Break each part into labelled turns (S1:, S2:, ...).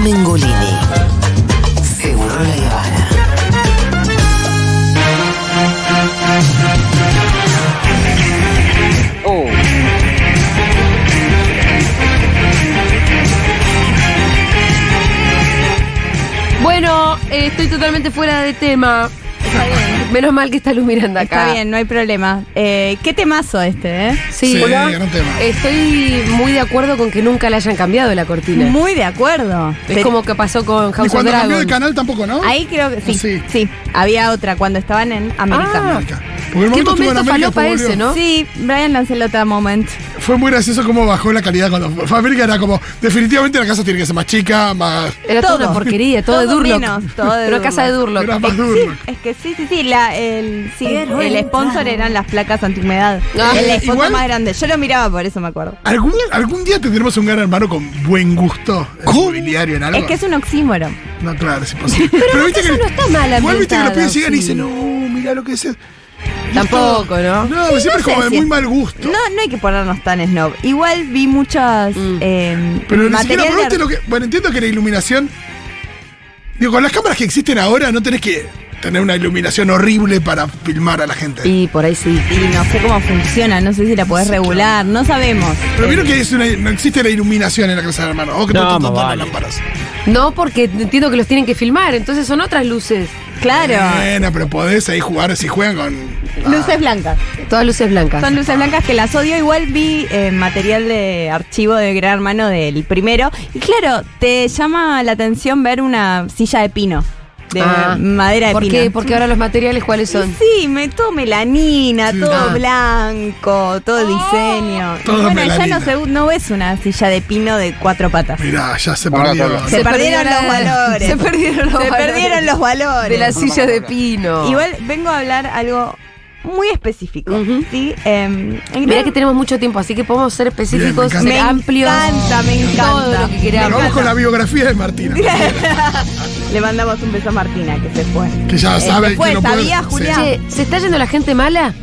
S1: Mengolini. Seguro la Habana.
S2: Oh.
S3: Bueno, eh, estoy totalmente fuera de tema.
S4: Está bien.
S3: Menos mal que está Luz Miranda acá.
S4: Está bien, no hay problema. Eh, ¿Qué temazo este, eh?
S3: Sí,
S5: Sí,
S3: Hola.
S5: gran tema.
S3: estoy muy de acuerdo con que nunca le hayan cambiado la cortina.
S4: Muy de acuerdo.
S3: es
S4: Pero-
S3: como que pasó con
S5: Y
S3: House of
S5: cuando cambió de
S3: Dragon.
S5: canal tampoco, ¿no?
S4: Ahí creo que sí, sí.
S5: Sí.
S4: había otra cuando estaban en América.
S5: América. Porque el
S3: ¿Qué
S5: momento estuvo en
S3: momento
S5: América,
S3: falopa
S5: después
S3: ese,
S5: volvió.
S3: no?
S4: Sí, Brian Lancelota Moment.
S5: Fue muy gracioso cómo bajó la calidad cuando fue a América. Era como, definitivamente la casa tiene que ser más chica, más.
S3: Era toda
S4: Todo.
S3: una porquería, todo,
S4: Todo
S3: de Durlock.
S4: menos, todo de
S3: Una casa de Durlock.
S5: Era más
S3: Eh,
S5: duro.
S4: Es que sí, sí, sí, la- el, sí,
S1: Quiero
S4: el
S1: entrar.
S4: sponsor eran las placas antihumedad.
S3: Ah,
S4: el sponsor
S5: igual-
S4: más grande. Yo lo miraba, por eso me acuerdo.
S5: ¿Algún, algún día tendremos un gran hermano con buen gusto mobiliario en algo.
S4: Es que es un oxímoro.
S5: No, claro, es imposible. Pero, viste
S3: eso
S5: que.
S3: no está mal
S5: Igual viste que los
S3: ambientado,
S5: pibes llegan y
S3: sí.
S5: dicen, no, mirá lo que es.
S3: Tampoco, ¿no?
S5: No, siempre es como
S4: sé
S5: de
S4: si
S5: muy
S4: es-
S5: mal gusto.
S4: No, no hay que ponernos tan snob. Igual vi muchas eh,
S5: Mm. Pero ni siquiera
S4: material de
S5: probaste
S4: ar-
S5: lo que. Bueno, entiendo que la iluminación. Digo, con las cámaras que existen ahora no tenés que tener una iluminación horrible para filmar a la gente.
S3: Y por ahí sí.
S4: Y no sé cómo funciona, no sé si la podés regular, no sabemos.
S5: Pero vieron que es una- no existe la iluminación en la casa del hermano. O que
S6: No,
S5: no,
S6: más
S5: las
S6: vale.
S5: lámparas.
S3: No, porque entiendo que los tienen que filmar, entonces son otras luces.
S4: Claro.
S3: Ah.
S5: Bueno, pero podés ahí jugar si juegan con.
S4: Luces blancas.
S3: Todas luces blancas.
S4: Son luces blancas que las odio. Igual vi eh, material de archivo de Gran Hermano del primero. Y claro, te llama la atención ver una silla de pino. De
S3: Ah.
S4: madera de
S3: ¿Por
S4: pino.
S3: qué? Porque ahora los materiales, ¿cuáles son?
S4: Sí, me, todo melanina,
S5: Sí.
S4: todo
S3: Ah.
S4: blanco, todo diseño. Y
S5: Todo
S4: bueno, ya
S5: melanina.
S4: no, se- no ves una silla de pino de cuatro patas.
S5: Mirá, ya se
S6: Ahora
S5: perdió.
S6: todo.
S4: Se perdieron
S3: perdió
S4: los valores.
S3: Se perdieron los
S4: Se
S3: valores.
S4: perdieron los valores.
S3: De la silla de pino.
S4: Igual vengo a hablar algo muy específico.
S3: Ujú.
S4: ¿sí? Em, en
S3: Mirá
S4: gran-
S3: que tenemos mucho tiempo, así que podemos ser específicos,
S5: Bien, me encanta.
S3: ser amplios.
S4: encanta, me
S3: Todo
S4: encanta.
S3: lo que
S5: Pero vamos
S3: queramos.
S5: con la biografía de Martina.
S4: Le mandamos un beso a Martina, que se fue.
S5: Que ya
S4: Eh,
S5: sabe
S4: se fue,
S5: que no puede-
S4: sabía,
S5: sí.
S4: Julián.
S3: Che, ¿se está yendo la gente mala?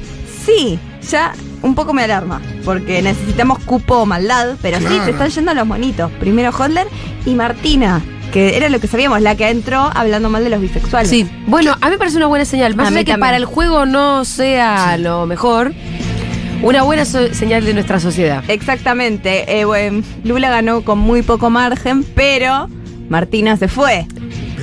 S4: Sí, ya un poco me alarma, porque necesitamos cupo o maldad, pero sí,
S5: Claro.
S4: se están yendo los monitos. Primero Hodler y Martina, que era lo que sabíamos, la que entró hablando mal de los bisexuales.
S3: Sí. Bueno, a mí me parece una buena señal. Más
S4: A
S3: allá
S4: mí
S3: de que
S4: también.
S3: para el juego no sea lo mejor, una buena so- señal de nuestra sociedad.
S4: Exactamente. Eh, bueno, Lula ganó con muy poco margen, pero Martina se fue.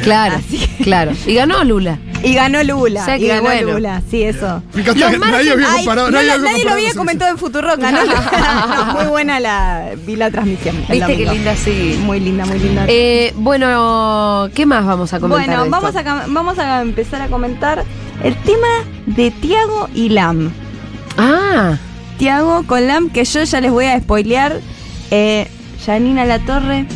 S3: Claro,
S4: Así.
S3: claro. Y ganó Lula.
S4: Y ganó Lula.
S3: O sea
S4: y
S3: que
S4: ganó
S3: bueno.
S4: Lula, sí, eso.
S5: Me encanta
S3: Los
S5: que
S3: márgenes-
S5: nadie había
S4: Ay,
S5: comparado.
S4: no,
S5: nadie
S4: la-
S5: había
S4: nadie lo
S5: comparado
S4: había
S5: esa
S4: comentado en Futuroca, ¿no? No, muy buena la. Vi la transmisión. el
S3: Viste qué
S4: domingo.
S3: linda, sí.
S4: Muy linda, muy linda.
S3: Eh, bueno, ¿qué más vamos a comentar?
S4: bueno,
S3: de
S4: vamos
S3: esto?
S4: a, cam- vamos a empezar a comentar el tema de Tiago y Lam.
S3: Ah,
S4: Tiago con Lam, que yo ya les voy a spoilear. Eh, Janina La Torre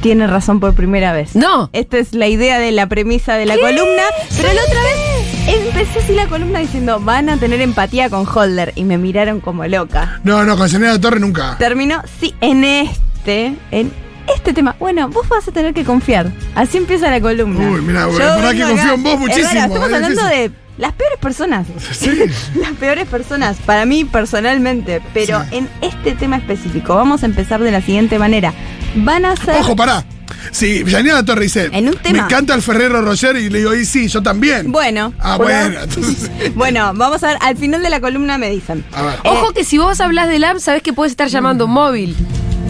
S4: tiene razón por primera vez.
S3: no.
S4: Esta es la idea de la premisa de la columna. Pero la otra vez empecé así la columna diciendo, van a tener empatía con Holder. Y me miraron como loca.
S5: cosa. No, no, con Senera de Torre nunca.
S4: Terminó, sí, en este, en este tema. Bueno, vos vas a tener que confiar. Así empieza la columna.
S5: Uy, mirá,
S4: Yo
S5: la verdad
S4: vengo
S5: que confío en vos
S4: Es
S5: muchísimo, eh,
S4: verdad, estamos
S5: es
S4: hablando de
S5: difícil.
S4: las peores personas.
S5: Sí.
S4: Las peores personas, para mí personalmente. Pero
S5: Sí.
S4: en este tema específico, vamos a empezar de la siguiente manera. Van a ser...
S5: Ojo, pará. Sí, Yanina La Torre dice.
S4: En un tema.
S5: Me encanta el Ferrero Roger y le digo, y sí, yo también.
S4: Bueno,
S5: Ah, bueno, entonces.
S4: bueno, vamos a ver, al final de la columna me dicen.
S5: A ver. Oh,
S3: Ojo que si vos hablas de LAM, sabés que puedes estar llamando
S4: Mm.
S3: un móvil.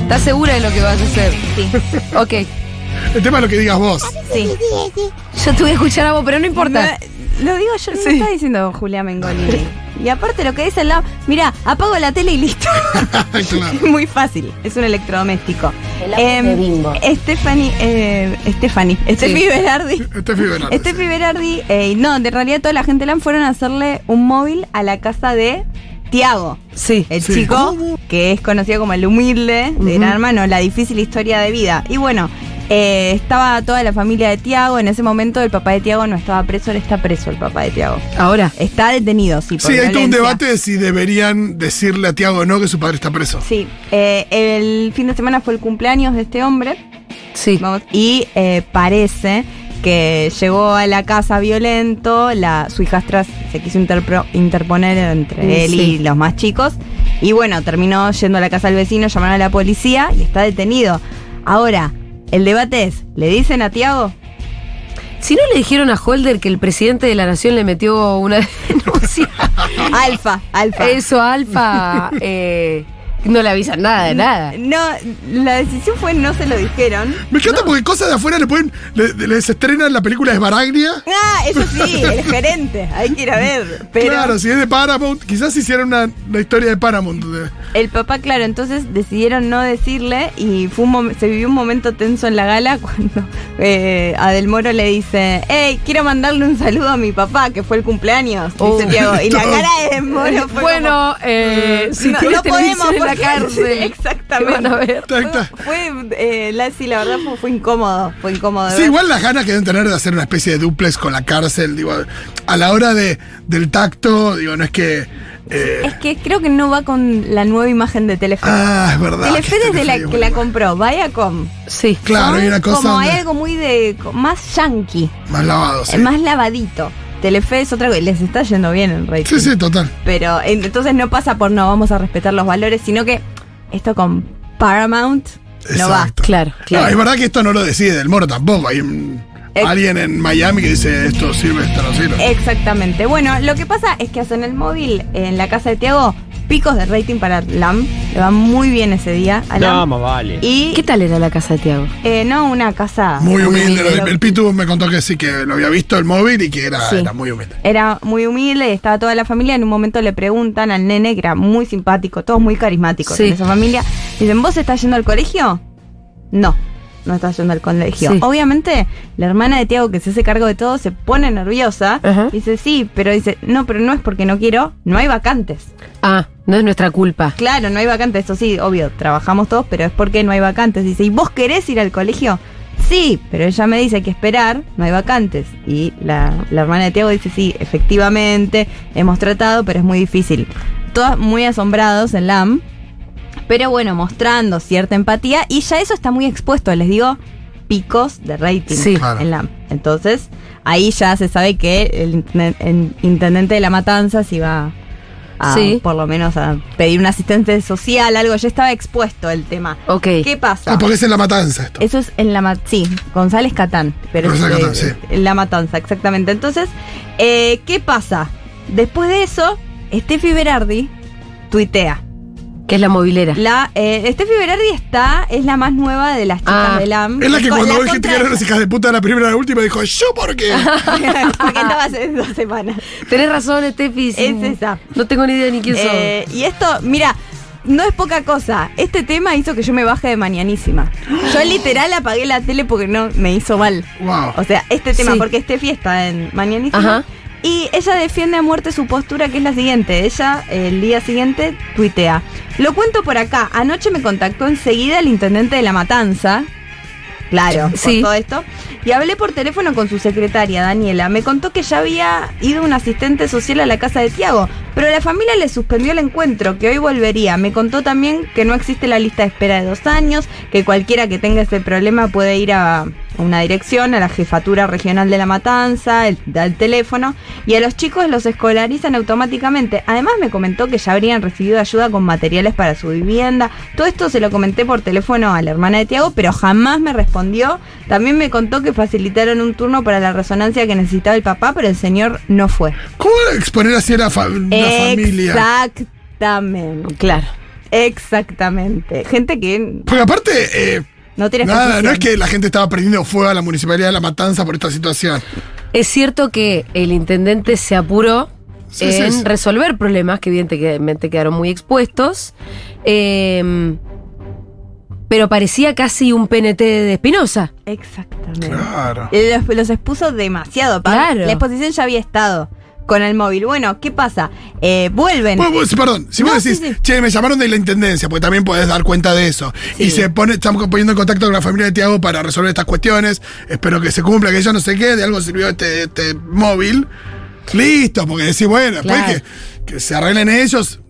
S3: ¿Estás segura de lo que vas a hacer? Sí. Ok.
S5: El tema es lo que digas vos.
S4: Sí.
S3: Yo te voy a escuchar a vos, pero no importa.
S4: Me- lo digo yo, me
S3: Sí.
S4: está diciendo Julia Mengolini. Y aparte lo que dice el lado, mira, apago la tele y listo.
S5: claro.
S4: Muy fácil, es un electrodoméstico.
S1: El
S4: Em,
S1: auto de Bimbo.
S4: Stephanie, eh, Stephanie, Steffi Berardi.
S5: Este es Fibenar.
S4: Steffi Berardi, eh, no, en realidad toda la gente LAM fueron a hacerle un móvil a la casa de Tiago.
S3: Sí.
S4: El
S5: Sí.
S4: chico
S5: ¿Cómo?
S4: que es conocido como el humilde de Gran Hermano, la difícil historia de vida. Y bueno, eh, estaba toda la familia de Tiago. En ese momento el papá de Tiago no estaba preso, él está preso el papá de Tiago.
S3: Ahora.
S4: Está detenido, sí. por
S5: Sí, hay todo un
S4: violencia.
S5: debate de si deberían decirle a Tiago o no que su padre está preso.
S4: Sí, eh, el fin de semana fue el cumpleaños de este hombre.
S3: Sí.
S4: Vamos, y eh, parece que llegó a la casa violento, la, su hijastra se quiso interpro- interponer entre él
S3: Mm, Sí.
S4: y los más chicos. Y bueno, terminó yendo a la casa del vecino, llamaron a la policía y está detenido. Ahora, El debate es, ¿le dicen a Tiago?
S3: Si no le dijeron a Holder que el presidente de la nación le metió una denuncia.
S4: Alfa, alfa.
S3: Eso, Alfa, eh, no le avisan nada de nada.
S4: No, la decisión fue no se lo dijeron.
S5: Me encanta porque cosas de afuera le pueden. le- les estrenan la película de Baraglia.
S4: Ah, eso sí, el gerente, hay que ir a ver. Pero
S5: Claro, si es de Paramount, quizás hicieron una, una historia de Paramount. de-
S4: el papá, claro, entonces decidieron no decirle y fue un mom- se vivió un momento tenso en la gala cuando eh, a Del Moro le dice, hey, quiero mandarle un saludo a mi papá, que fue el cumpleaños,
S3: Oh.
S4: dice Tiago. Y la cara de Del Moro fue como, mm,
S3: bueno, eh, si
S4: no,
S3: querés
S4: no
S3: te
S4: podemos
S3: podemos en la
S4: porque-
S3: cárcel.
S4: Exactamente.
S3: Te van a ver.
S5: Tac, tac.
S4: Fue, eh, la, sí, la verdad fue, fue incómodo, fue incómodo. de
S5: Sí,
S4: ver.
S5: igual las ganas que deben tener de hacer una especie de duplex con la cárcel, digo, a la hora de, del tacto, digo, no es que. eh,
S4: Es que creo que no va con la nueva imagen de Telefe.
S5: ah, es verdad.
S4: Telefe
S5: que
S4: desde la
S5: Telefe,
S4: que la
S5: bueno.
S4: compró, Viacom.
S3: Sí.
S5: Claro, hay una cosa.
S4: Como hay
S5: donde-
S4: algo muy de. co- más yankee,
S5: Más lavado, sí.
S4: eh, más lavadito. Telefe es otra cosa. Les está yendo bien en rating.
S5: Sí, sí, total.
S4: Pero en- entonces no pasa por no vamos a respetar los valores, sino que esto con Paramount no va.
S5: Exacto.
S3: Claro,
S5: No, es
S3: claro.
S5: verdad que esto no lo decide Del Moro tampoco. Hay un-
S4: Eh.
S5: alguien en Miami que dice esto sirve, esto no sirve.
S4: Exactamente. Bueno, lo que pasa es que hacen el móvil en la casa de Tiago picos de rating para LAM. Le va muy bien ese día a
S2: No,
S4: LAM.
S2: más vale.
S4: Y
S3: ¿Qué tal era la casa de Tiago?
S4: eh, no una casa
S5: Muy humilde. lo-
S4: eh, lo-
S5: el Pitu me contó que sí, que lo había visto el móvil y que era,
S4: Sí.
S5: era muy humilde.
S4: Era muy humilde, estaba toda la familia. En un momento le preguntan al nene, que era muy simpático, todos muy carismáticos
S3: Sí.
S4: en esa familia. Dicen, ¿vos estás yendo al colegio? No, no estás yendo al colegio.
S3: Sí.
S4: Obviamente, la hermana de Tiago, que se hace cargo de todo, se pone nerviosa.
S3: Ajá.
S4: Dice, sí, pero dice, no, pero no es porque no quiero, no hay vacantes.
S3: Ah, no es nuestra culpa.
S4: Claro, no hay vacantes, eso sí, obvio, trabajamos todos, pero es porque no hay vacantes. Dice, ¿y vos querés ir al colegio? Sí, pero ella me dice que esperar, no hay vacantes. Y la, la hermana de Tiago dice, sí, efectivamente, hemos tratado, pero es muy difícil. Todos muy asombrados en LAM, pero bueno, mostrando cierta empatía y ya eso está muy expuesto, les digo, picos de rating
S3: Sí.
S5: Claro.
S4: en LAM. Entonces, ahí ya se sabe que el, intenden- el intendente de la matanza sí va a,
S3: Sí.
S4: por lo menos a pedir un asistente social, algo, ya estaba expuesto el tema.
S3: Ok.
S4: ¿Qué pasa?
S5: Ah, porque es en la matanza esto.
S4: Eso es en la matanza. Sí, González Catán. Pero es,
S5: González
S4: eh,
S5: Catán, sí.
S4: en la matanza, exactamente. Entonces, eh, ¿qué pasa? Después de eso, Steffi Berardi tuitea.
S3: Que es la movilera.
S4: La, eh, Steffi Berardi está, es la más nueva de las chicas
S3: Ah.
S4: de LAM.
S5: Es la que
S4: Con-
S5: cuando vos dijiste
S4: contra-
S5: que eran las hijas de puta de la primera a la última dijo, yo porque.
S4: Porque estaba hace dos semanas.
S3: Tenés razón, Estefi. sin-
S4: Es esa.
S3: No tengo ni idea ni quién
S4: Eh, y esto, mira, no es poca cosa. Este tema hizo que yo me baje de mañanísima. Yo literal apagué la tele porque no me hizo mal.
S5: wow.
S4: O sea, este tema,
S3: Sí.
S4: porque este fiesta en mañanísima.
S3: Ajá.
S4: Y ella defiende a muerte su postura, que es la siguiente. Ella, el día siguiente, tuitea. Lo cuento por acá. Anoche me contactó enseguida el intendente de La Matanza. Claro,
S3: Sí.
S4: por todo esto. Y hablé por teléfono con su secretaria, Daniela. Me contó que ya había ido un asistente social a la casa de Tiago, pero la familia le suspendió el encuentro, que hoy volvería. Me contó también que no existe la lista de espera de dos años, que cualquiera que tenga ese problema puede ir a una dirección, a la jefatura regional de la matanza, el- al teléfono, y a los chicos los escolarizan automáticamente. Además me comentó que ya habrían recibido ayuda con materiales para su vivienda. Todo esto se lo comenté por teléfono a la hermana de Tiago, pero jamás me respondió. También me contó que facilitaron un turno para la resonancia que necesitaba el papá, pero el señor no fue.
S5: ¿Cómo era exponer así a la, fa- la familia?
S4: Exactamente.
S3: son. Claro.
S4: Exactamente. Gente que
S5: Porque aparte, eh,
S4: no tiene
S5: nada,
S4: exposición.
S5: no es que la gente estaba prendiendo fuego a la municipalidad de La Matanza por esta situación.
S3: Es cierto que el intendente se apuró
S5: Sí,
S3: en
S5: sí, sí.
S3: resolver problemas que evidentemente quedaron muy expuestos. eh, pero parecía casi un PNT de Espinosa.
S4: Exactamente.
S5: Claro.
S4: Eh, Los, los expuso demasiado. pa-
S3: Claro.
S4: La exposición ya había estado con el móvil. Bueno, ¿qué pasa? Eh, vuelven.
S5: Bueno, vos- perdón, si
S4: No,
S5: vos
S4: sí,
S5: decís,
S4: sí.
S5: che, me llamaron de la intendencia, porque también podés dar cuenta de eso. Y se pone, estamos poniendo en contacto con la familia de Tiago para resolver estas cuestiones. Espero que se cumpla, que yo no sé qué, de algo sirvió este, este móvil. Listo, porque decís, bueno,
S3: Claro.
S5: después que, que se arreglen ellos.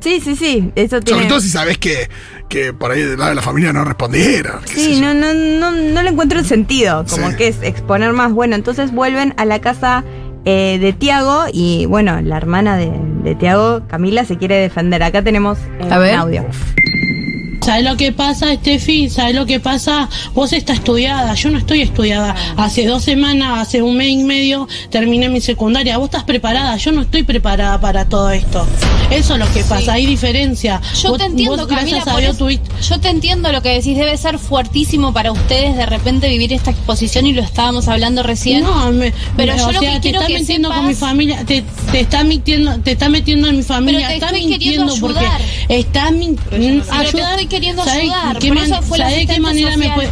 S4: Sí, sí, sí. Eso tiene.
S5: Sobre todo si sabés que, que por ahí del lado de la familia no respondiera. qué sé
S4: Sí, no,
S5: yo.
S4: no, no, no le encuentro el sentido, como
S5: Sí.
S4: que es exponer más. Bueno, entonces vuelven a la casa eh, de Tiago y bueno, la hermana de, de Tiago, Camila, se quiere defender. Acá tenemos eh,
S3: A ver.
S4: un audio.
S2: ¿Sabes lo que pasa, Steffi? ¿Sabes lo que pasa? Vos estás estudiada, yo no estoy estudiada. Hace dos semanas, hace un mes y medio terminé mi secundaria. Vos estás preparada, yo no estoy preparada para todo esto. Eso es lo que pasa, hay diferencia.
S6: Yo
S2: Vos-
S6: te entiendo,
S2: vos,
S6: Camila,
S2: gracias a
S6: por
S2: Dios
S6: eso-
S2: tuviste-
S6: yo te entiendo lo que decís. Debe ser fuertísimo para ustedes de repente vivir esta exposición y lo estábamos hablando recién.
S2: No, me-
S6: Pero
S2: me-
S6: yo
S2: o
S6: lo
S2: sea,
S6: que
S2: te
S6: quiero
S2: está
S6: que
S2: metiendo
S6: sepas-
S2: con mi familia, te, te está mintiendo, te está metiendo en mi familia,
S6: Pero te
S2: está
S6: estoy
S2: mintiendo
S6: queriendo
S2: porque
S6: ayudar.
S2: está mintiendo.
S6: Pero te estoy queriendo ayudar,
S2: ¿Qué
S6: por
S2: man-
S6: eso fue la
S2: ¿Sabés de qué
S6: asistente
S2: manera me
S6: social.
S2: puede-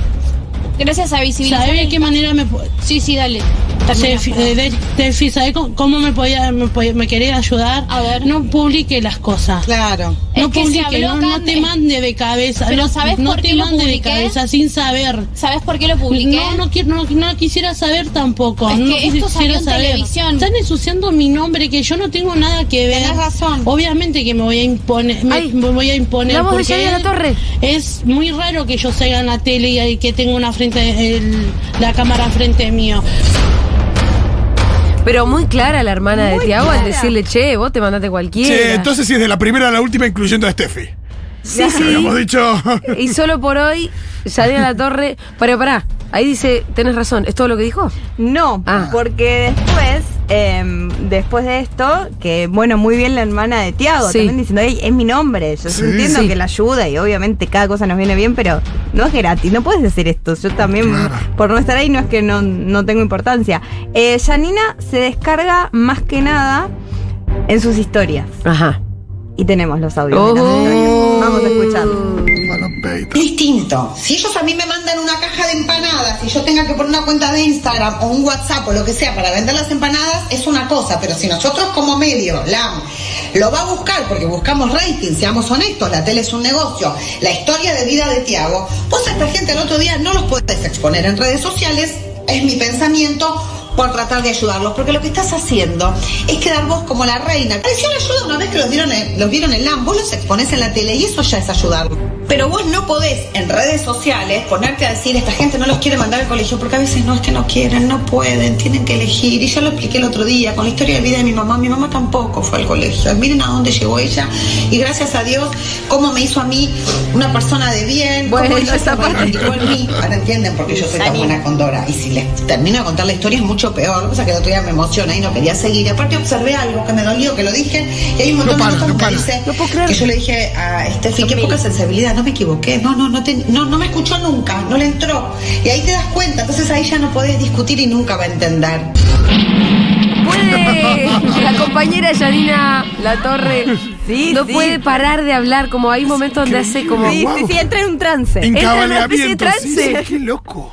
S6: Gracias a visibilizar.
S2: ¿Sabés de
S6: el-
S2: qué manera me puede-
S6: Sí, sí, dale. Termina,
S2: Tefi,
S6: perdón.
S2: eh, de- Tefi, ¿sabés cómo- cómo me podía, me, podía- me quería ayudar?
S6: A ver.
S2: No publique las cosas.
S7: Claro.
S2: No
S6: Es que se
S2: publique,
S6: habló
S2: no, no
S6: acá
S2: te
S6: de-
S2: mande de cabeza.
S6: Pero
S2: no
S6: ¿sabés
S2: no
S6: por
S2: te
S6: qué lo
S2: mande de
S6: publiqué?
S2: cabeza sin saber.
S6: ¿Sabes por qué lo publiqué?
S2: No, no, quiero, no, no quisiera saber tampoco.
S6: Es
S2: no
S6: que esto
S2: quisiera
S6: salió en
S2: saber.
S6: televisión.
S2: Están ensuciando mi nombre que yo no tengo nada que ver.
S7: Tenés razón.
S2: Obviamente que me voy a imponer. Me,
S3: Ay,
S2: me voy a imponer.
S3: la voz de
S2: porque
S3: Yaya La
S2: es-
S3: Torre.
S2: Es muy raro que yo salga en la tele y- y que tenga una frente, el- la cámara frente mío.
S3: Pero muy clara la hermana de
S4: Muy
S3: Tiago al
S4: clara.
S3: decirle, che, vos te mandaste cualquiera.
S5: Che, entonces sí es de la primera a la última, incluyendo a Steffi.
S3: Sí,
S5: Lo
S3: sí.
S5: habíamos dicho.
S3: Y solo por hoy, Yanina La Torre. Pero pará, ahí dice, tenés razón, ¿es todo lo que dijo?
S4: No,
S3: Ah.
S4: porque después, em, después de esto, que bueno, muy bien la hermana de Tiago,
S3: Sí.
S4: también diciendo, "Ey, es mi nombre, yo
S5: Sí.
S4: entiendo
S3: Sí.
S4: que la ayuda y obviamente cada cosa nos viene bien, pero no es gratis, no puedes decir esto. Yo también,
S5: Claro.
S4: por no estar ahí, no es que no, no tengo importancia. Eh, Janina se descarga más que nada en sus historias.
S3: Ajá.
S4: Y tenemos los audios. de las
S3: Oh.
S4: historias. Vamos a escucharlos.
S5: Malapeita.
S7: Distinto. Si ellos a mí me mandan una caja de empanadas y yo tenga que poner una cuenta de Instagram o un WhatsApp o lo que sea para vender las empanadas, es una cosa. Pero si nosotros como medio, LAM, lo va a buscar porque buscamos rating, seamos honestos, la tele es un negocio, la historia de vida de Tiago, vos a esta gente al otro día no los podés exponer en redes sociales, es mi pensamiento, por tratar de ayudarlos, porque lo que estás haciendo es quedar vos como la reina. Pareció la ayuda una vez que los vieron en, los vieron en LAM, vos los exponés en la tele y eso ya es ayudar. Pero vos no podés en redes sociales ponerte a decir, esta gente no los quiere mandar al colegio, porque a veces no, es que no quieren, no pueden, tienen que elegir. Y ya lo expliqué el otro día con la historia de vida de mi mamá. Mi mamá tampoco fue al colegio. Miren a dónde llegó ella y gracias a Dios cómo me hizo a mí una persona de bien, cómo
S3: Bueno,
S7: ella se
S3: esa parte.
S7: reinventó en mí. Ahora entienden por qué yo soy tan buena con Dora. Y si les termino de contar la historia es mucho peor. Lo que pasa es que el otro día me emociona y no quería seguir. Y aparte observé algo que me dolió, que lo dije. Y hay un montón
S5: No para,
S7: de notas
S5: no
S7: que me
S5: para.
S7: dice
S3: No puedo creer.
S7: que yo le dije a Steffi, qué poca sensibilidad, no me equivoqué. No, no, no, te- no, no me escuchó nunca, no le entró. Y ahí te das cuenta. Entonces ahí ya no podés discutir y nunca va a entender.
S3: Puede, la compañera Yanina La Torre.
S4: Sí,
S3: no
S4: sí.
S3: puede parar de hablar, como hay momentos donde hace
S5: Oh,
S3: como...
S4: Sí, sí, sí, entra en un trance.
S5: Encabalgamiento.
S3: Entra en una especie
S5: Sí,
S3: de
S5: sí,
S3: trance.
S5: qué loco.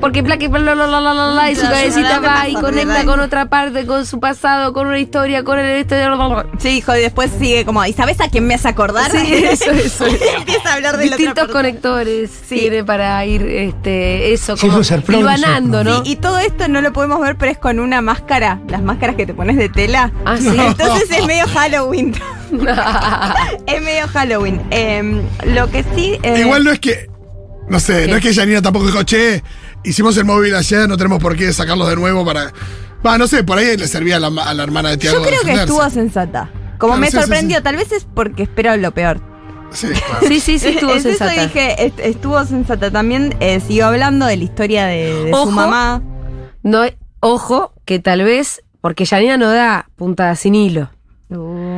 S3: Porque plaque bla, bla, bla, bla, bla, bla, y su
S4: Ya,
S3: cabecita
S4: ya, ya,
S3: va
S4: ya,
S3: y
S4: ya,
S3: conecta
S4: ya, ya.
S3: con otra parte, con su pasado, con una historia, con el este bla, bla, bla.
S4: Sí, hijo, y después sigue como, ¿y sabes a quién me hace acordar?
S3: Sí, eso, eso.
S4: Empieza a hablar de la otra
S3: Distintos
S4: persona.
S3: conectores tiene para ir este eso
S8: Sí,
S3: como
S8: eso es Arplón,
S3: hilvanando,
S8: eso.
S3: ¿no?
S4: Sí, y todo esto no lo podemos ver, pero es con una máscara, las máscaras que te pones de tela.
S3: Ah, sí.
S4: Entonces es medio Halloween. es medio Halloween. Em, lo que sí. eh,
S5: Igual no es que. No sé, no es que Janina tampoco dijo, che, hicimos el móvil ayer, no tenemos por qué sacarlos de nuevo para. Va, no sé, por ahí le servía a la, ma- a la hermana de Tiago.
S4: yo creo que
S5: defenderse.
S4: estuvo sensata. Como
S5: Claro,
S4: me
S5: Ah, sí, sí,
S4: sorprendió,
S5: sí.
S4: tal vez es porque espero lo peor.
S5: Sí, claro.
S3: Sí, sí, sí, estuvo
S4: Es eso,
S3: sensata.
S4: dije, est- estuvo sensata también. eh, siguió hablando de la historia de, de
S3: Ojo.
S4: su mamá.
S3: No, ojo, que tal vez, porque Yanina no da puntada sin hilo.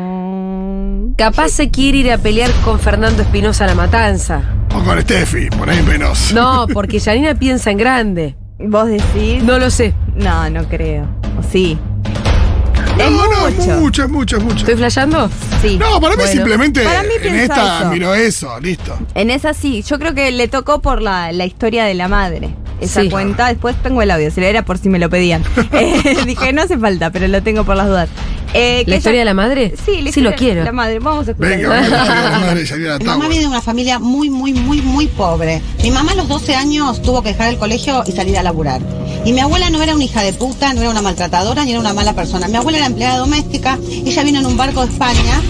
S4: Mm.
S3: Capaz se quiere ir a pelear con Fernando Espinosa a la matanza.
S5: O con Steffi, por ahí menos.
S3: No, porque Yanina piensa en grande.
S4: ¿Vos decís?
S3: No lo sé.
S4: No, no creo. O Sí. Es
S5: no, no,
S4: mucho.
S5: mucho, es mucho, es mucho.
S3: ¿Estoy flasheando?
S4: Sí.
S5: No, para mí
S3: Bueno,
S5: simplemente
S4: para mí
S5: en
S4: piensa
S5: esta
S4: eso.
S5: miró eso, listo.
S4: En esa sí. Yo creo que le tocó por la, la historia de la madre. Esa
S3: Sí.
S4: cuenta. Después tengo el audio. Si lo era por si me lo pedían. Eh, dije, no hace falta, pero lo tengo por las dudas. Eh, que
S3: ¿La historia de
S4: ella-
S3: la madre?
S4: Sí, la
S3: sí lo
S4: historia de
S3: quiero.
S4: La madre. Vamos a escuchar.
S5: Venga, la madre de Janina
S7: Mi mamá
S5: Tower.
S7: viene de una familia muy, muy, muy, muy pobre. Mi mamá a los 12 años tuvo que dejar el colegio y salir a laburar. Y mi abuela no era una hija de puta, no era una maltratadora, ni era una mala persona. Mi abuela era empleada doméstica, ella vino en un barco de España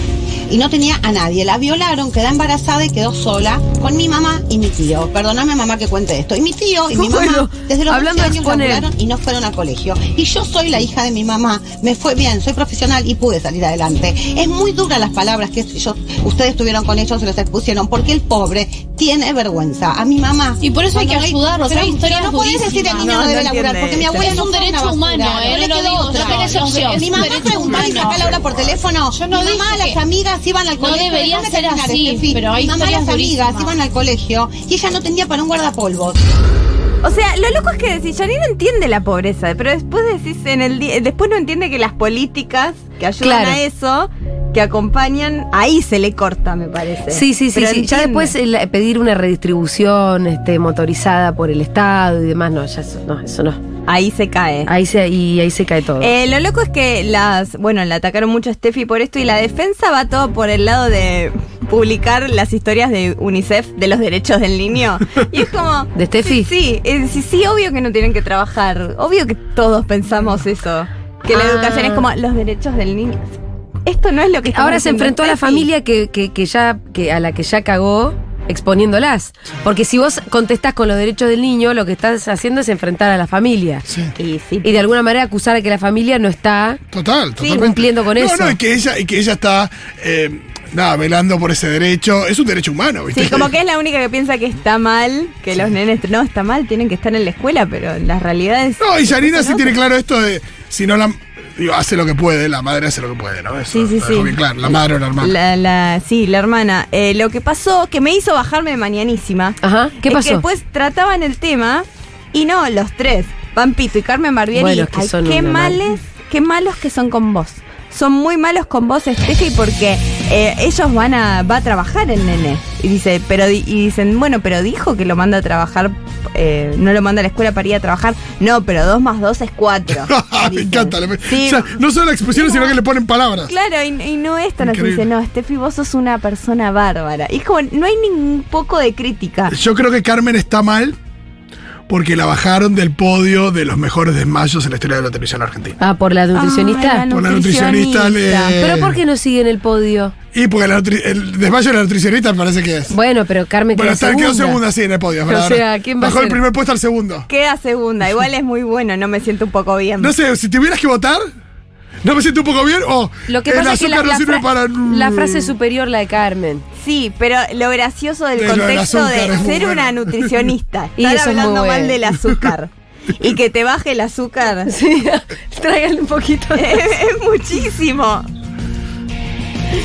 S7: y no tenía a nadie. La violaron, quedó embarazada y quedó sola. con mi mamá y mi tío. Perdóname, mamá, que cuente esto. Y mi tío y mi
S3: Bueno,
S7: mamá, desde los 12
S3: hablando de
S7: años
S3: exponer.
S7: laburaron y no fueron al colegio. Y yo soy la hija de mi mamá, me fue bien, soy profesional y pude salir adelante. Es muy dura las palabras que yo, ustedes tuvieron con ellos, se las expusieron, porque el pobre tiene vergüenza. A mi mamá.
S6: Y por eso hay
S7: cuando
S6: que
S7: no
S6: ayudar, o sea, hay
S7: pero-
S6: historias
S7: pero no podés
S6: durísimas.
S7: decir el niño
S4: No,
S7: no,
S4: no
S7: debe laburar,
S4: entiende
S7: porque mi
S4: esto.
S7: abuela
S6: Es
S7: no
S6: un
S7: fue una
S6: derecho
S7: basura,
S6: humano, eh,
S7: no le
S6: no lo
S7: quedó
S6: digo,
S7: otra.
S6: no tenés opción.
S7: Mi
S6: Es
S7: mamá
S6: un derecho
S7: preguntaba y
S6: humano.
S7: sacaba la hora por teléfono.
S6: Yo no
S7: mi mamá,
S6: dije
S7: las
S6: que-
S7: amigas iban al
S6: No
S7: colegio.
S6: debería
S7: déjame
S6: ser
S7: terminar,
S6: así,
S7: Estefi.
S6: pero hay
S7: Mi mamá, las
S6: historias
S7: amigas
S6: durísimas.
S7: iban al colegio y ella no tenía para un guardapolvos.
S4: O sea, lo loco es que decís, Janina entiende la pobreza, pero después decís en el di- después no entiende que las políticas que ayudan
S3: Claro.
S4: a eso, que acompañan, ahí se le corta, me parece.
S3: Sí, sí, sí,
S4: Pero
S3: sí. Ya
S4: entiende.
S3: después el- pedir una redistribución este, motorizada por el Estado y demás, no, ya eso no, eso no.
S4: ahí se cae.
S3: Ahí se, y ahí se cae todo.
S4: Eh, lo loco es que las. Bueno, la atacaron mucho a Steffi por esto y la defensa va todo por el lado de publicar las historias de UNICEF de los derechos del niño. Y es como.
S3: ¿De Steffi?
S4: Sí, sí, eh, sí, sí, obvio que no tienen que trabajar. Obvio que todos pensamos eso. Que la
S3: Ah.
S4: educación es como los derechos del niño. Esto no es lo que estamos
S3: Ahora se
S4: haciendo,
S3: enfrentó a la
S4: Steffi.
S3: familia que, que- que ya, que a la que ya cagó exponiéndolas. Porque si vos contestás con los derechos del niño, lo que estás haciendo es enfrentar a la familia.
S4: Y sí.
S3: Y de alguna manera acusar a que la familia no está.
S5: Total, totalmente.
S3: cumpliendo con
S5: No,
S3: eso.
S5: No, y que ella, y que ella está eh, nada, velando por ese derecho. Es un derecho humano, ¿viste?
S4: Sí, como que es la única que piensa que está mal, que los nenes no está mal, tienen que estar en la escuela, pero las realidades.
S5: No, y Yanina sí tiene claro esto de si no la digo, hace lo que puede, la madre hace lo que puede, ¿no? Eso
S4: Sí, sí,
S5: lo dejó
S4: sí.
S5: bien claro, la madre o la hermana.
S4: La, la, sí, la hermana. Eh, lo que pasó, que me hizo bajarme de mañanísima.
S3: Ajá. Ah, ¿Qué
S4: es
S3: pasó?
S4: que después trataban el tema y no, los tres, Pampito y Carmen Barbieri.
S3: Bueno, es que
S4: ay,
S3: son
S4: qué
S3: una mal-
S4: males, qué malos que son con vos. Son muy malos con vos, Steffi, porque eh, ellos van a, va a trabajar el nene. Y dice, pero di- y dicen, bueno, pero dijo que lo manda a trabajar, eh, no lo manda a la escuela para ir a trabajar. No, pero dos más dos es cuatro.
S5: me
S4: dicen.
S5: encanta. le-
S4: Sí,
S5: o sea, no solo la expusieron, sino que le ponen palabras.
S4: Claro, y, y no es tan así.
S5: Increíble.
S4: Dice, no, Steffi, vos sos una persona bárbara. Y es como, no hay ningún poco de crítica.
S5: Yo creo que Carmen está mal porque la bajaron del podio de los mejores desmayos en la historia de la televisión argentina.
S3: Ah, por la nutricionista.
S4: Ah, la
S5: Por la nutricionista le-
S3: Pero ¿por qué no sigue en el podio?
S5: Y porque la nutri- el desmayo de la nutricionista me parece que es.
S3: Bueno, pero Carmen
S5: Bueno,
S3: quedó
S5: está,
S3: segunda.
S5: quedó segunda, sí, en el podio. es
S3: O
S5: verdad.
S3: sea, ¿quién va a
S5: Bajó el
S3: ser?
S5: primer puesto al segundo.
S4: Queda segunda, igual es muy bueno, no me siento un poco bien.
S5: No sé, si tuvieras que votar, no me siento un poco bien o
S3: Lo que
S5: el
S3: pasa
S5: azúcar
S3: es que la,
S5: no
S3: la
S5: sirve
S3: fra-
S5: para.
S3: la frase superior, la de Carmen.
S4: Sí, pero lo gracioso del
S5: De lo del
S4: contexto
S5: azúcar
S4: de
S5: es muy
S4: ser
S5: bueno.
S4: una nutricionista,
S3: Y
S4: estar
S3: eso es muy
S4: hablando mal
S3: bueno.
S4: del azúcar y que te baje el azúcar es,
S3: Sí, tráiganle un poquito.
S4: es muchísimo.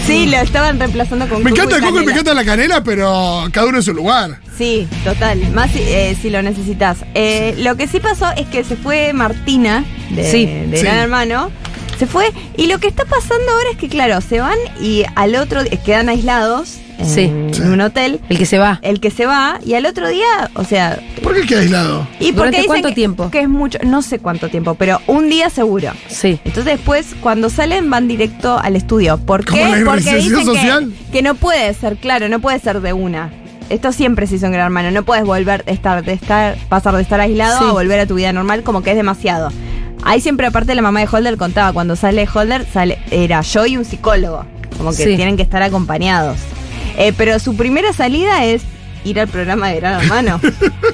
S4: Sí, lo estaban reemplazando con
S5: Mm. Me
S4: coco y
S5: encanta el coco y me
S4: canela.
S5: encanta la canela, pero cada uno en su lugar.
S4: Sí, total. Más si, eh, si lo necesitas. Eh, Lo que sí pasó es que se fue Martina, de,
S3: Sí,
S4: de
S5: sí.
S4: Gran Hermano. Se fue. Y lo que está pasando ahora es que, claro, se van y al otro día quedan aislados en,
S3: Sí.
S4: en un hotel.
S3: El que se va.
S4: El que se va y al otro día, o sea.
S5: ¿Por qué queda aislado?
S4: ¿Y
S3: ¿Durante
S4: porque dicen
S3: cuánto
S4: que-
S3: tiempo?
S4: Que es mucho, no sé cuánto tiempo, pero un día seguro.
S3: Sí.
S4: Entonces después, cuando salen, van directo al estudio. ¿Por
S5: Como
S4: qué?
S5: la
S4: Porque
S5: organización
S4: dicen
S5: social.
S4: Que, que no puede ser, claro, no puede ser de una. Esto siempre se hizo en Gran Hermano. No puedes volver a estar, de estar, pasar de estar aislado
S3: Sí.
S4: a volver a tu vida normal, como que es demasiado. Ahí siempre, aparte, la mamá de Holder contaba, cuando sale Holder, sale, era yo y un psicólogo. Como que
S3: Sí.
S4: tienen que estar acompañados. Eh, pero su primera salida es ir al programa de Gran Hermano.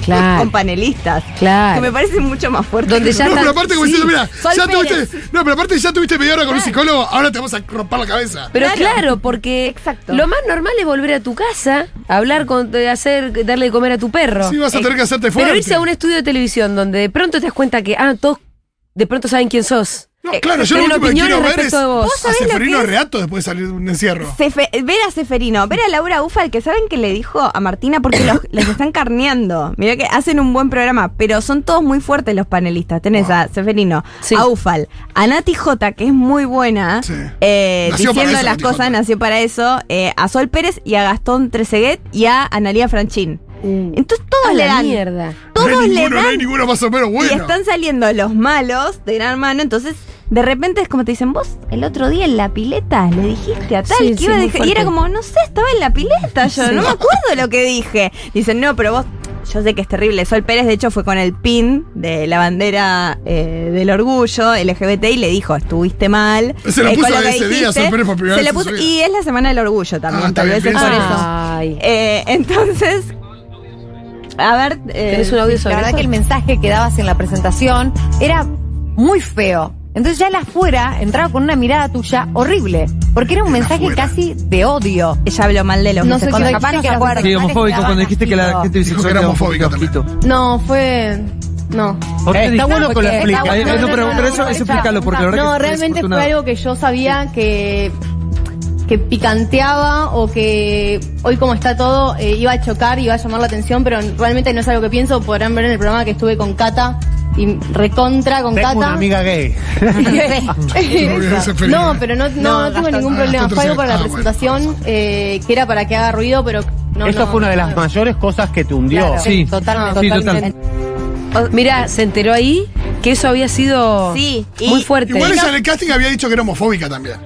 S3: Claro.
S4: Con panelistas.
S3: Claro.
S4: Que me parece mucho más fuerte.
S3: Donde ya
S5: no,
S3: está-
S5: pero aparte, como
S3: sí.
S5: diciendo, mira,
S4: Sol
S5: ya
S4: Pérez.
S5: tuviste. No, pero aparte, ya tuviste media hora con un psicólogo, ahora te vamos a romper la cabeza.
S3: Pero
S4: Claro.
S3: claro, porque
S4: Exacto.
S3: lo más normal es volver a tu casa, hablar con, de hacer, darle de comer a tu perro. Eh,
S5: Sí, vas a tener que hacerte
S3: Pero
S5: fuerte.
S3: irse a un estudio de televisión donde de pronto te das cuenta que, ah, todos de pronto saben quién sos.
S5: No, claro, yo lo
S3: Tienen
S5: último que
S3: opiniones
S5: quiero ver es
S3: respecto de vos. ¿Vos
S5: a
S4: sabés lo
S5: Seferino
S4: que es?
S5: Reato después de salir de un encierro.
S4: Cefe- ver a Seferino, ver a Laura Ufal, que saben que le dijo a Martina porque los, les están carneando. Mirá que hacen un buen programa, pero son todos muy fuertes los panelistas. Tenés a Seferino,
S3: Sí.
S4: a Ufal, a Nati J, que es muy buena,
S5: Sí.
S4: eh,
S5: Nació para
S4: diciendo las
S5: eso, Nati
S4: cosas,
S5: Jota.
S4: nació para eso, eh, a Sol Pérez y a Gastón Treseguet y a Analia Franchín.
S3: Uh.
S4: Entonces todos
S3: A
S4: le
S3: la
S4: dan.
S3: mierda.
S4: Todos
S5: no hay
S4: le
S5: ninguno, no hay
S4: dan
S5: ninguno más o menos
S4: y
S5: bueno.
S4: están saliendo los malos de Gran Hermano, entonces de repente es como te dicen, vos el otro día en la pileta le dijiste a tal
S3: Sí,
S4: que
S3: sí,
S4: iba a
S3: muy
S4: dejar. Y era
S3: fuerte.
S4: como, no sé, estaba en la pileta yo, no me acuerdo lo que dije. Dicen, no, pero vos Yo sé que es terrible. Sol Pérez, de hecho, fue con el pin de la bandera eh, del orgullo LGBT y le dijo, estuviste mal.
S5: Se lo
S4: eh,
S5: puso
S4: con que
S5: ese día,
S4: dijiste".
S5: Sol Pérez, por primera
S4: Se
S5: vez
S4: le
S5: en su
S4: puso-
S5: vida.
S4: Y es la semana del orgullo también,
S5: Ah, está
S4: tal
S5: bien,
S4: vez es
S5: bien,
S4: por
S5: sí.
S4: eso.
S3: Ay.
S4: Eh, entonces, a ver... eh,
S3: ¿Tenés un audio sobre
S8: La verdad
S3: eso?
S8: que el mensaje que dabas en la presentación era muy feo. Entonces ya la afuera entraba con una mirada tuya horrible, porque era un
S5: El
S8: mensaje
S5: afuera.
S8: casi de odio.
S4: Ella habló mal de los
S8: No sé
S4: homosexuales.
S8: si capaz que acuerdo.
S9: Sí, homofóbico, cuando dijiste que la gente
S5: Dijo que
S9: bisexual
S5: era
S9: era
S5: homofóbica
S9: homofóbica.
S5: también.
S10: No, fue. No.
S9: Está bueno
S8: que lo expliques.
S9: Eh,
S8: No,
S9: no,
S8: no,
S9: pero,
S8: no,
S9: pero
S8: no,
S9: eso, eso
S8: está-
S9: explícalo, porque la verdad
S10: No,
S9: que es
S10: realmente fue
S9: desafortunado.
S10: algo que yo sabía que, que picanteaba o que hoy como está todo eh, iba a chocar, iba a llamar la atención, pero realmente no es algo que pienso. Podrán ver en el programa que estuve con Cata y recontra con Cata.
S11: gay.
S10: No, pero no, no,
S8: No,
S10: tengo
S8: Gastón.
S10: ningún
S5: Ah,
S10: problema.
S5: Gastón
S10: Fue algo para
S5: tercero.
S10: la
S5: Ah, bueno,
S10: presentación eh, que era para que haga ruido, pero no.
S11: Eso
S10: no,
S11: fue una de las
S10: no.
S11: mayores cosas que te hundió.
S8: Claro,
S9: Sí, Ah,
S8: totalmente,
S9: sí,
S8: totalmente.
S9: total.
S3: Mira, se enteró ahí que eso había sido
S4: Sí, y-
S3: muy fuerte.
S5: Igual ella en el casting había dicho que era homofóbica también.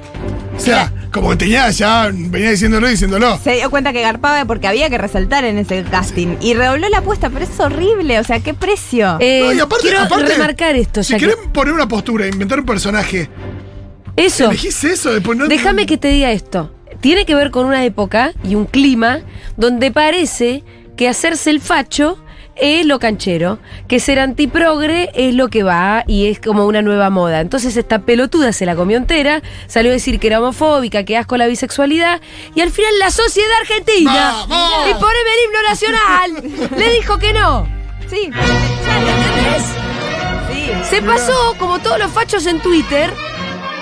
S5: O sea, como que tenía ya, venía diciéndolo y diciéndolo.
S4: Se dio cuenta que garpaba porque había que resaltar en ese casting. Y redobló la apuesta, pero es horrible. O sea, ¿qué precio?
S3: Eh,
S5: No, y aparte,
S3: quiero
S5: aparte,
S3: remarcar esto,
S5: Si
S3: ya que-
S5: quieren poner una postura, inventar un personaje,
S3: Eso.
S5: elegís eso, después no.
S3: Déjame que te diga esto. Tiene que ver con una época y un clima donde parece que hacerse el facho es lo canchero, que ser antiprogre es lo que va y es como una nueva moda. Entonces esta pelotuda se la comió entera, salió a decir que era homofóbica, que asco la bisexualidad y al final la sociedad argentina
S5: ¡Vamos!
S3: y poneme el himno nacional le dijo que no.
S4: Sí, sí.
S3: Se pasó como todos los fachos en Twitter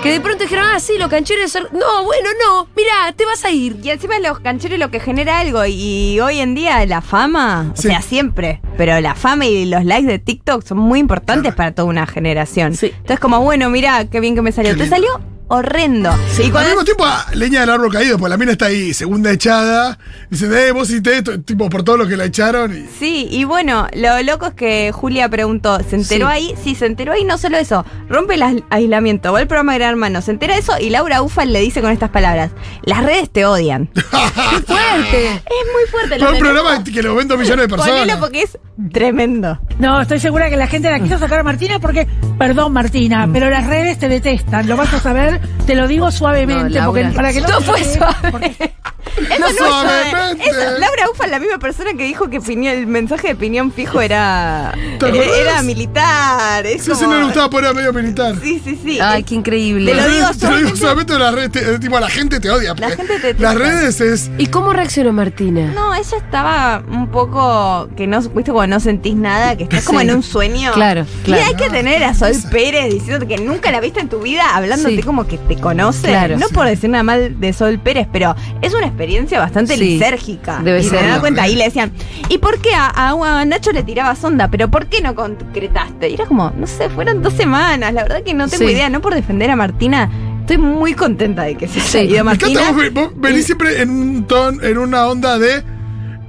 S3: que de pronto dijeron, ah, sí, lo canchero es... ser- No, bueno, no, mirá, te vas a ir.
S4: Y encima los cancheros lo que genera algo. Y hoy en día la fama, o
S5: Sí.
S4: sea, siempre. Pero la fama y los likes de TikTok son muy importantes
S5: Claro.
S4: para toda una generación.
S3: Sí.
S4: Entonces, como, bueno, mira, qué bien que me salió.
S5: Qué
S4: Te
S5: lindo.
S4: salió horrendo. Y
S5: Al
S4: cuando-
S5: mismo tiempo, ah, leña del árbol caído, pues la mina está ahí, segunda echada. Dicen, eh, vos hiciste esto, tipo, por todo lo que la echaron. Y...
S4: Sí, y bueno, lo loco es que Julia preguntó, ¿se enteró
S3: Sí.
S4: ahí? Sí, se enteró ahí, no solo eso, rompe el ais- aislamiento, va el programa de Gran Hermano, se entera eso y Laura Ufal le dice con estas palabras, las redes te odian.
S3: ¡Qué fuerte!
S4: es muy fuerte.
S5: Fue un programa que lo ven dos millones de personas.
S4: Ponelo porque es tremendo.
S2: No, estoy segura que la gente la quiso sacar a Martina porque, perdón
S5: Mm.
S2: Martina, pero las redes te detestan, lo vas a saber, te lo digo suavemente,
S3: No,
S2: porque
S3: Laura.
S2: para que no
S3: No
S2: te
S3: fue
S2: quede-
S3: suave.
S2: porque-
S4: Eso
S5: No
S4: no, es suave.
S5: suavemente.
S4: Eso, Laura Ufal, la misma persona que dijo que opinión- el mensaje de opinión fijo era,
S5: ¿Te acordás?
S4: era militar. Es
S5: Sí, sí,
S4: como-
S5: no le gustaba poner a medio militar.
S4: Sí, sí, sí.
S3: Ay, qué increíble.
S4: Te lo digo
S5: Te lo digo
S4: solamente-
S5: solamente de las redes. te- eh, tipo, la gente te odia. porque
S4: gente te
S5: Las
S4: odia.
S5: redes es.
S3: ¿Y cómo reaccionó Martina?
S4: No, ella estaba un poco que no, viste, cuando no sentís nada, que estás como
S3: Sí.
S4: en un sueño.
S3: Claro, claro.
S4: Y hay que tener a Sol Pérez diciéndote que nunca la viste en tu vida, hablándote
S3: Sí.
S4: como que te conoce.
S3: Claro.
S4: no
S3: Sí.
S4: por decir nada mal de Sol Pérez, pero es una experiencia bastante
S3: Sí.
S4: lisérgica.
S3: Debe
S4: y
S3: ser.
S4: Me da cuenta, ahí le decían, ¿y por qué a, a- a Nacho le tirabas onda? ¿Pero por qué no concretaste? Y era como, no sé, fueron dos semanas, la verdad que no tengo
S3: Sí.
S4: idea, no por defender a Martina. Estoy muy contenta de que se haya
S3: Sí.
S4: ido
S5: Me encanta,
S4: Martina.
S5: vos, ve- vos venís siempre en un ton, en una onda de.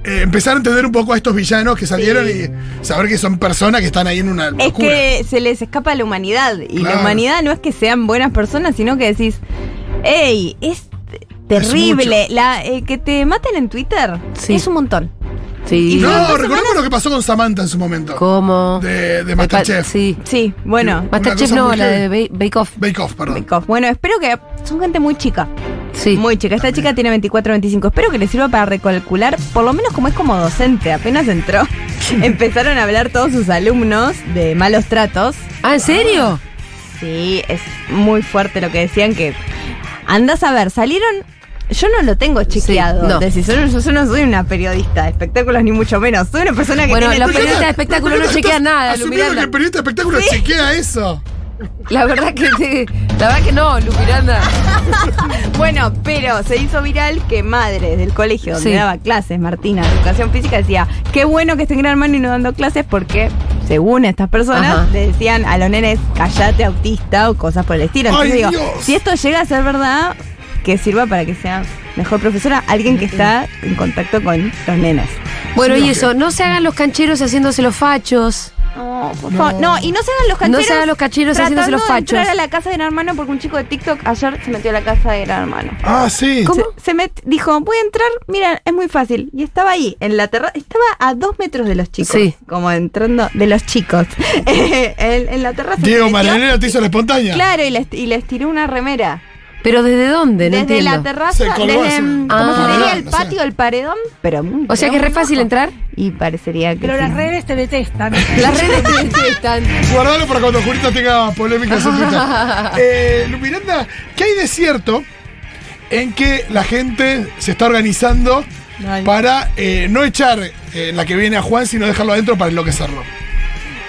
S5: eh, empezar a entender un poco a estos villanos que salieron y saber que son personas que están ahí en una
S4: Es
S5: locura.
S4: que se les escapa la humanidad. Y
S5: Claro.
S4: la humanidad no es que sean buenas personas, sino que decís, ¡Ey! Es t- terrible. la, eh, que te maten en Twitter
S3: Sí.
S4: es un montón.
S3: Sí.
S4: Y
S5: No,
S4: dos
S5: recordemos lo que pasó con Samantha en su momento.
S3: ¿Cómo?
S5: De, de
S3: pa-
S5: Masterchef.
S3: Sí.
S4: Sí, bueno.
S5: Una
S3: Masterchef
S5: cosa
S3: no,
S5: muy
S3: la de
S5: heavy.
S3: Ba- Bake Off.
S5: Bake Off, perdón.
S4: Chicos, Bueno, espero que. Son gente muy chica.
S3: Sí.
S4: Muy chica. Esta chica tiene 24, 25. Espero que le sirva para recalcular, por lo menos como es como docente. Apenas entró, empezaron a hablar todos sus alumnos de malos tratos.
S3: ¿Ah, en serio?
S4: Sí, es muy fuerte lo que decían que. Andás a ver, salieron. Yo no lo tengo chequeado.
S3: Sí, no.
S4: Decís, yo, no- yo no soy una periodista de espectáculos, ni mucho menos. Soy una persona que
S3: Bueno,
S4: tiene
S3: los
S4: Twitter.
S3: periodistas de espectáculo no chequean nada, Lu
S5: Asumiendo que
S3: Miranda.
S5: el periodista de espectáculo chequea eso.
S3: La verdad que sí. La verdad que no, Lu Miranda.
S4: Bueno, pero se hizo viral que madre del colegio donde
S3: Sí.
S4: daba clases, Martina, de educación física, decía, qué bueno que estén gran hermano y no dando clases porque, según estas personas,
S3: Ajá.
S4: le decían a los nenes, callate autista o cosas por el estilo. Entonces
S5: ¡Ay,
S4: digo,
S5: Dios!
S4: si esto llega a ser verdad, que sirva para que sea mejor profesora, alguien que está en contacto con los nenes.
S3: Bueno, y eso, no se hagan los cancheros haciéndose los fachos.
S4: No, Oh, por favor. No, y no se hagan los
S3: No se
S4: cacheros.
S3: hagan los cacheros
S4: tratando
S3: haciéndose los
S4: de
S3: fachos.
S4: entrar a la casa de gran hermano porque un chico de TikTok ayer se metió a la casa de gran hermano.
S5: Ah, sí.
S4: Se, se met- dijo, voy a entrar, mira, es muy fácil. Y estaba ahí, en la terraza, estaba a dos metros de los chicos.
S3: Sí.
S4: Como entrando de los chicos. Eh, en, en la terraza.
S5: Diego
S4: se metió.
S5: Maranero te hizo la espontánea.
S4: Claro, y les, y les tiró una remera.
S3: ¿Pero desde dónde? No
S4: desde
S3: entiendo.
S4: la terraza,
S5: Se colgó
S4: desde,
S5: así.
S4: mm,
S3: Ah.
S4: como se diría
S5: Colgó,
S4: el
S5: no sé.
S4: patio, el paredón, pero muy-
S3: O sea que es re fácil entrar.
S4: Y parecería que. sí.
S11: redes te detestan.
S3: Las redes te detestan.
S5: Guardalo para cuando Julita tenga polémicas en Twitter. Eh, Miranda, ¿qué hay de cierto en que la gente se está organizando para eh, no echar eh, la que viene a Juan, sino dejarlo adentro para enloquecerlo?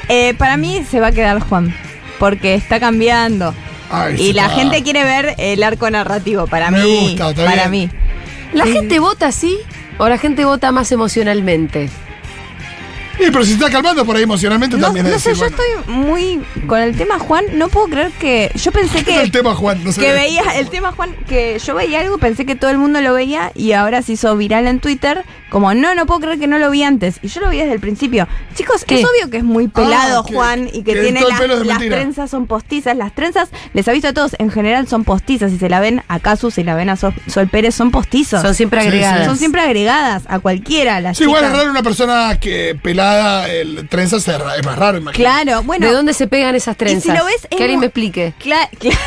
S4: Eh, para mí se va a quedar Juan. Porque está cambiando.
S5: Ay,
S4: Y
S5: se
S4: la
S5: está-
S4: gente quiere ver el arco narrativo. Para
S5: Me
S4: mí.
S5: gusta, está
S4: para
S5: bien.
S4: mí.
S3: ¿La gente vota así o la gente vota más emocionalmente?
S5: Y pero si se está calmando por ahí emocionalmente
S4: No,
S5: también. es
S4: no sé,
S5: decir,
S4: yo
S5: bueno,
S4: estoy muy. Con el tema Juan, no puedo creer que. Yo pensé
S5: ¿qué es el
S4: que.
S5: tema, Juan? No sé.
S4: Que veía el tema, Juan, que yo veía algo, pensé que todo el mundo lo veía y ahora se hizo viral en Twitter. Como, no, no puedo creer que no lo vi antes. Y yo lo vi desde el principio. Chicos,
S3: ¿Qué?
S4: es obvio que es muy pelado,
S5: Ah, que-
S4: Juan, y que,
S5: que
S4: tiene
S5: todo el
S4: las-
S5: pelo es de
S4: las
S5: mentira.
S4: trenzas son postizas. Las trenzas, les aviso a todos, en general son postizas. Si se la ven a Casu, si la ven a Sol, Sol Pérez, son postizos.
S3: Son siempre
S5: Sí, sí.
S3: agregadas.
S4: Son siempre agregadas a cualquiera las
S5: Sí, igual es
S4: chicas.
S5: raro una persona que pelada, el trenza se ra- es más raro, imagino.
S4: Claro, bueno.
S3: ¿De dónde se pegan esas trenzas?
S4: si lo ves, es
S3: que alguien
S4: mo-
S3: me explique.
S4: Cla- cla-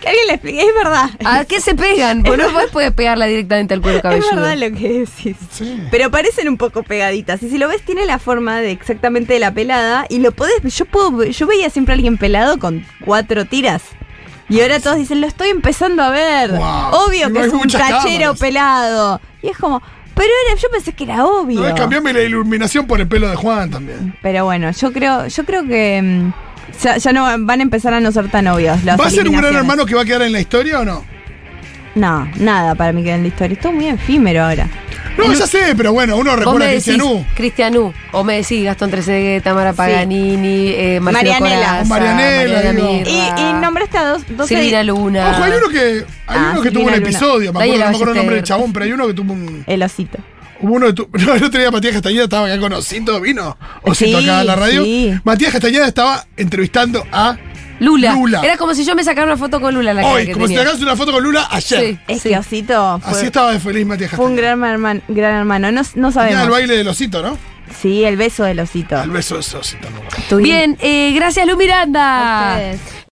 S4: que alguien le explique, es verdad.
S3: ¿A qué se pegan? Vos no podés poder pegarla directamente al cuero
S4: Es
S3: Ah, cabelludo.
S4: verdad lo que decís.
S5: Sí.
S4: Pero parecen un poco pegaditas. Y si lo ves, tiene la forma de exactamente de la pelada. Y lo podés. Yo puedo, yo veía siempre a alguien pelado con cuatro tiras. Y ahora todos dicen, lo estoy empezando a ver.
S5: Wow.
S4: Obvio
S5: No
S4: que
S5: hay
S4: es un
S5: muchas
S4: cachero
S5: cámaras.
S4: pelado. Y es como, pero era, yo pensé que era obvio.
S5: No, es cambiarme la iluminación por el pelo de Juan también.
S4: Pero bueno, yo creo, yo creo que mm, ya, ya no van a empezar a no ser tan obvios. las
S5: ¿Va a ser un gran
S4: eliminaciones.
S5: hermano que va a quedar en la historia o no?
S4: No, nada para mí que en la historia. Esto es muy efímero ahora.
S5: No, ya sé, pero bueno, uno
S3: Vos
S5: recuerda
S3: me
S5: a
S3: decís
S5: Cristianú.
S3: Cristianú, o me decís Gastón Trezeguet, Tamara Paganini, eh, Marcelo
S4: Marianela.
S3: Corazza,
S5: Marianela,
S3: Mariana
S5: digo.
S4: Y,
S3: Mirra,
S4: y nombraste a dos, dos
S3: Silvina Luna.
S5: Ojo, hay uno que, hay
S4: Ah,
S5: uno que
S4: Silvina
S5: tuvo un
S4: Luna.
S5: episodio, me acuerdo,
S3: Daniela
S5: no me acuerdo el
S3: Ballester.
S5: nombre del chabón, pero hay uno que tuvo un.
S4: El osito.
S5: hubo Uno que tu- no, el otro día Matías Castañeda estaba acá con Osito, vino Osito
S4: Sí,
S5: acá en la radio.
S4: sí.
S5: Matías Castañeda estaba entrevistando a
S3: Lula.
S5: Lula.
S3: Era como si yo me sacara una foto con Lula la cara
S5: hoy,
S3: que
S5: como si
S3: tenía.
S5: te hagas una foto con Lula ayer.
S3: Sí.
S4: Es que osito fue,
S5: Así estaba de feliz Matías
S4: fue un
S5: Castañeda.
S4: gran hermano. Gran hermano. No, no
S5: Tenía el
S4: sabemos.
S5: baile del Osito, ¿no?
S4: Sí, el beso del osito.
S5: El beso de ese Osito. no me acuerdo.
S4: Tu-
S3: Bien, eh, gracias Lu Miranda.
S4: Ustedes.